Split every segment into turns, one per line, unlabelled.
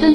纷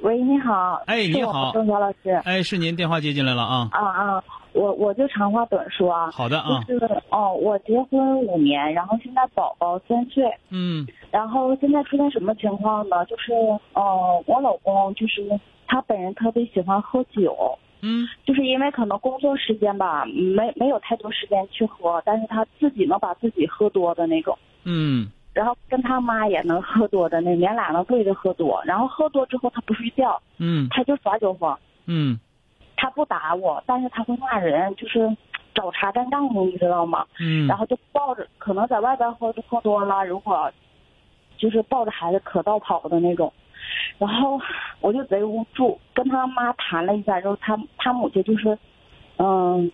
喂，你好，
哎
是
你
我
好
钟晓老师，
哎，是您电话接进来了啊？
啊啊，我我就长话短说啊，
好的啊，
就是哦，我结婚五年，然后现在宝宝三岁，
嗯
然后现在出现什么情况呢？就是呃，我老公就是他本人特别喜欢喝酒，
嗯
就是因为可能工作时间吧，没没有太多时间去喝，但是他自己能把自己喝多的那种。
嗯
然后跟他妈也能喝多的那，娘俩能对着喝多。然后喝多之后他不睡觉，
嗯
他就耍酒疯，
嗯
他不打我，但是他会骂人，就是找茬占丈夫，你知道吗？
嗯
然，后就抱着，可能在外边喝喝多了，如果就是抱着孩子可倒跑的那种。然后我就贼无助，跟他妈谈了一下之后，他他母亲就是，嗯，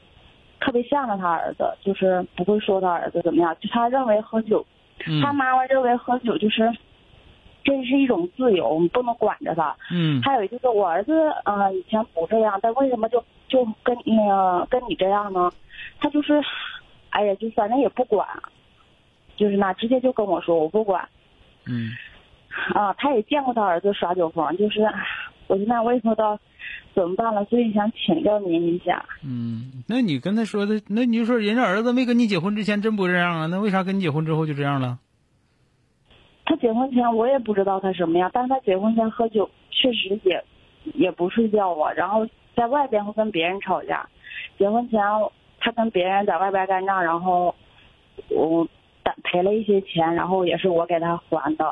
特别向着他儿子，就是不会说他儿子怎么样，就他认为喝酒，他
嗯
妈妈认为喝酒就是。这是一种自由，你不能管着他。
嗯
还有就是我儿子，呃，以前不这样，但为什么就就跟那个跟你这样呢？他就是，哎呀，就反正也不管，就是那直接就跟我说我不管
嗯
啊。他也见过他儿子耍酒疯，就是，哎我现在我也不知道怎么办了，所以想请教您一下。
嗯，那你跟他说的，那你就说人家儿子没跟你结婚之前真不这样啊，那为啥跟你结婚之后就这样了？
他结婚前我也不知道他什么样，但是他结婚前喝酒确实也也不睡觉啊，然后在外边会跟别人吵架。结婚前他跟别人在外边干仗，然后我打赔了一些钱，然后也是我给他还的，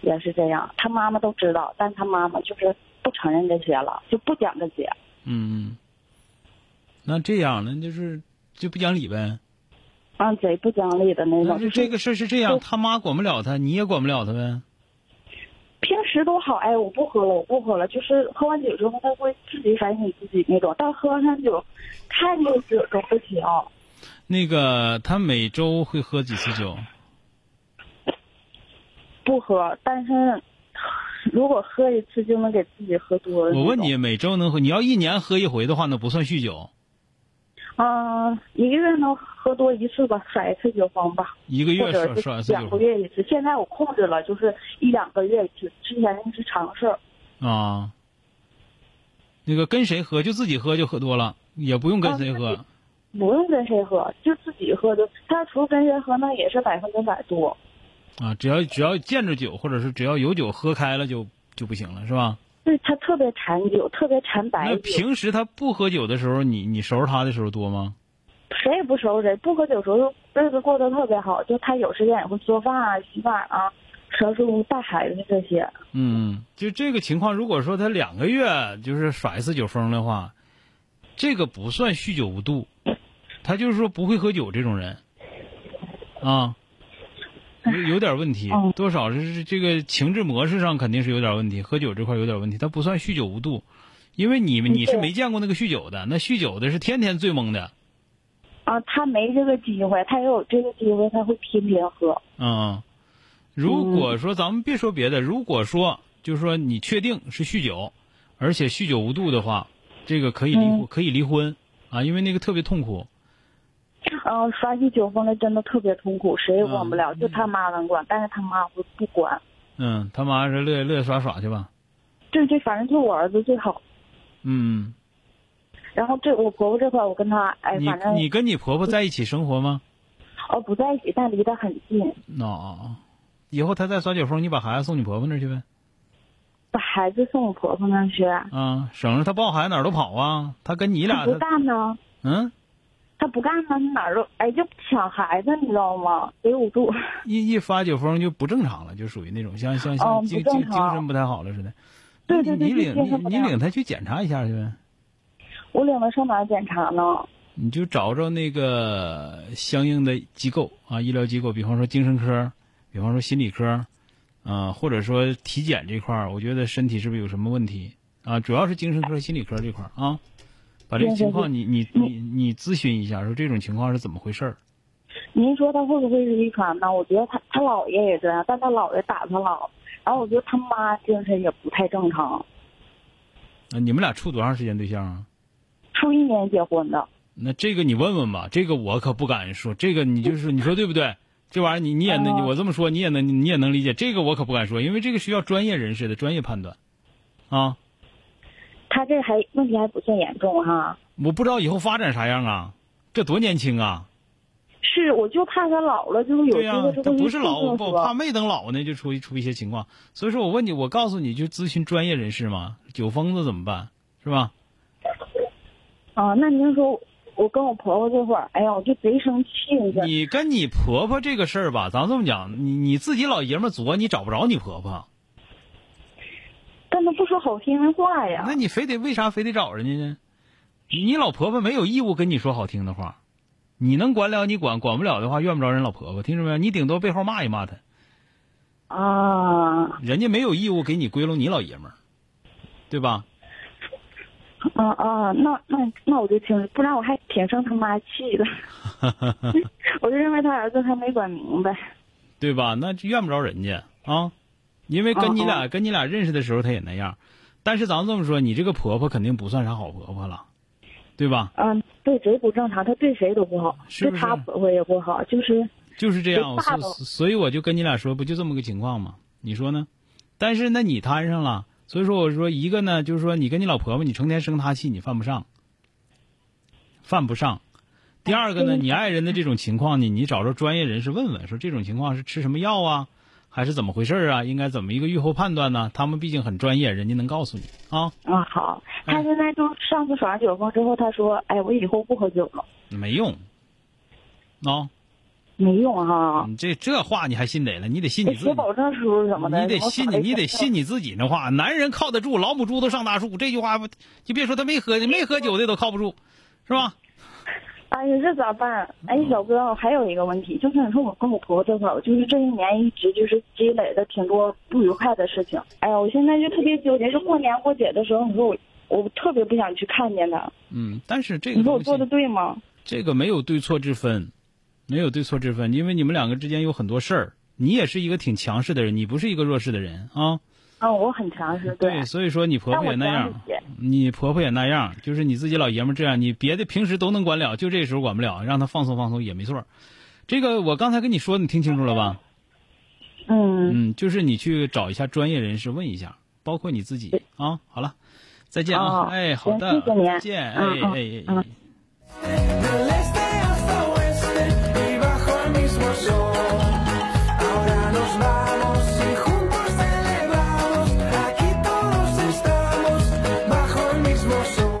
也是这样。他妈妈都知道，但他妈妈就是不承认这些了，就不讲这些。
嗯，那这样，那就是就不讲理呗。
嗯，贼不讲理的那种。
但
就是
这个事儿是这样，他妈管不了他，你也管不了他呗。
平时都好，哎，我不喝了，我不喝了。就是喝完酒之后，他会自己反省自己那种。但喝上酒，看见酒都不行。
那个他每周会喝几次酒？
不喝，但是如果喝一次就能给自己喝多了。
我问，你，每周能喝？你要一年喝一回的话，那不算酗酒。
嗯、一个月能喝多一次吧，甩一次酒疯吧，
一个
或
月
者
耍
是
耍一次
两个
酒
月一次。现在我控制了，就是一两个月一次，之前是常事儿。
啊？那个跟谁喝就自己喝就喝多了，也不用
哦
跟谁喝。
不用跟谁喝，就自己喝就。他除了跟谁喝，那也是百分之百多。
啊，只要只要见着酒，或者是只要有酒喝开了就就不行了，是吧？
对他特别馋酒，特别馋白
那
酒。
平时他不喝酒的时候，你你收拾他的时候多吗？
谁也不收拾，不喝酒时候日子过得特别好，就他有时间也会做饭啊、洗碗啊、收拾屋、带孩子这些。
嗯，就这个情况，如果说他两个月就是耍一次酒疯的话，这个不算酗酒无度，他就是说不会喝酒这种人，啊，有有点问题
嗯，
多少是这个情志模式上肯定是有点问题，喝酒这块有点问题，他不算酗酒无度，因为你们你是
嗯对
没见过那个酗酒的，那酗酒的是天天醉蒙的，
啊，他没这个机会，他也有这个机会，他会天天喝。
嗯，如果说咱们别说别的，如果说就是说你确定是酗酒，而且酗酒无度的话，这个可以离婚，可以离婚啊，因为那个特别痛苦。
嗯、刷起酒疯来真的特别痛苦，谁也管不了，就他妈能管，但是他妈不不管。
嗯，他妈是乐乐耍耍去吧。
哎对对，反正就我儿子最好。
嗯，
然后这我婆婆这块，我跟他哎，
你
反正
你跟你婆婆在一起生活吗？
哦不在一起，但离得很近，
哦，以后她再耍酒疯，你把孩子送你婆婆那儿去呗。
把孩子送我婆婆那去。
啊，省着她抱孩子哪儿都跑啊。她跟你俩，
他不
她
干呢。
嗯，
他不干了，哪儿都哎就抢孩子，你知道吗？贼无助。
一一发酒疯就不正常了，就属于那种像像
哦
像
不
精
正
精
常
精神不太好了似的。
对
那
对
你你
对对
领
精神不
你你
太好
领他去检查一下去呗，
我领他上哪儿检查呢？
你就找着那个相应的机构啊，医疗机构，比方说精神科，比方说心理科，啊、或者说体检这块儿，我觉得身体是不是有什么问题啊？主要是精神科、心理科这块儿啊，把这个
对对
情况你你你你咨询一下，说这种情况是怎么回事儿。
您说他会不会是遗传呢？我觉得他他姥爷也这样，但他姥爷打他姥，然后我觉得他妈精神也不太正常。
啊，你们俩处多长时间对象啊？
初一年结婚的，
那这个你问问吧，这个我可不敢说，这个你就是你说对不对？这玩意儿你你也能、
哦
我这么说你也能你也能理解，这个我可不敢说，因为这个需要专业人士的专业判断，啊，
他这还问题还不算严重哈、
我不知道以后发展啥样啊，这多年轻啊，
是，我就怕他老了，就是有
对
这
呀、
个这
他
个
不是老，
病
我
说
怕没等老呢就出出一些情况，所以说我问你，我告诉你就咨询专业人士嘛，酒疯子怎么办是吧？
啊。那您说，我跟我婆婆这会儿，哎呀，我就贼生气，你知道
你跟你婆婆这个事儿吧，咱这么讲，你你自己老爷们儿作，你找不着你婆婆。
但她不说好听的话呀
那。你非得为啥非得找人家呢？你老婆婆没有义务跟你说好听的话，你能管了你管，管不了的话怨不着人老婆婆，听着没有？你顶多背后骂一骂她，
啊
人家没有义务给你归拢你老爷们儿，对吧？
啊啊！那那那我就听，不然我还挺生他妈气的。 我就认为他儿子还没管明白。
对吧？那就怨不着人家啊，因为跟你俩、跟你俩认识的时候她也那样，但是咱们这么说，你这个婆婆肯定不算啥好婆婆了，对吧？
嗯，对，贼不正常，他对谁都不好，
是不
对
是
他婆婆也不好，就是
就是这样，
没办法
所所以我就跟你俩说，不就这么个情况吗？你说呢？但是那你摊上了，所以说我说一个呢，就是说你跟你老婆婆，你成天生她气，你犯不上，犯不上。第二个呢，
嗯
你爱人的这种情况呢，你找着专业人士问问，说这种情况是吃什么药啊，还是怎么回事儿啊？应该怎么一个预后判断呢？他们毕竟很专业，人家能告诉你啊。
啊好。他
嗯
现在就上次耍完酒疯之后，他说：“哎，我以后不喝酒了，
没用，啊、
没用哈、
你这这话你还信得了？你得信你
得
自己
写。保证书什么的。
你得信你，你得信你自己那话。男人靠得住，老母猪都上大树。这句话不就别说他没喝，没喝酒的都靠不住，是吧？
哎呀，这咋办？哎，
嗯
小哥，我还有一个问题，就是你说我跟我婆婆这块儿，我就是这一年一直就是积累的挺多不愉快的事情。哎呀，我现在就特别纠结，就过年过节的时候，你说我我特别不想去看见她，
嗯，但是这
你
个
说我
东
做的
西，
对吗？
这个没有对错之分，没有对错之分，因为你们两个之间有很多事儿。你也是一个挺强势的人，你不是一个弱势的人啊。
嗯，我很强势，对。
所以说你婆
但
婆
我
也那
想
样，
理解，
你婆婆也那样，就是你自己老爷们儿这样，你别的平时都能管了，就这时候管不了，让她放松放松也没错儿。这个我刚才跟你说，你听清楚了吧？
嗯，
嗯，就是你去找一下专业人士问一下，包括你自己啊。好了，再见啊！
哦
哎，好
行
的，
谢谢您
再见，哎
嗯嗯
哎哎
嗯
哎。
Del este hasta oeste y bajo el mismo sol. Ahora nos vamos y juntos celebramos. Aquí todos estamos bajo el mismo sol.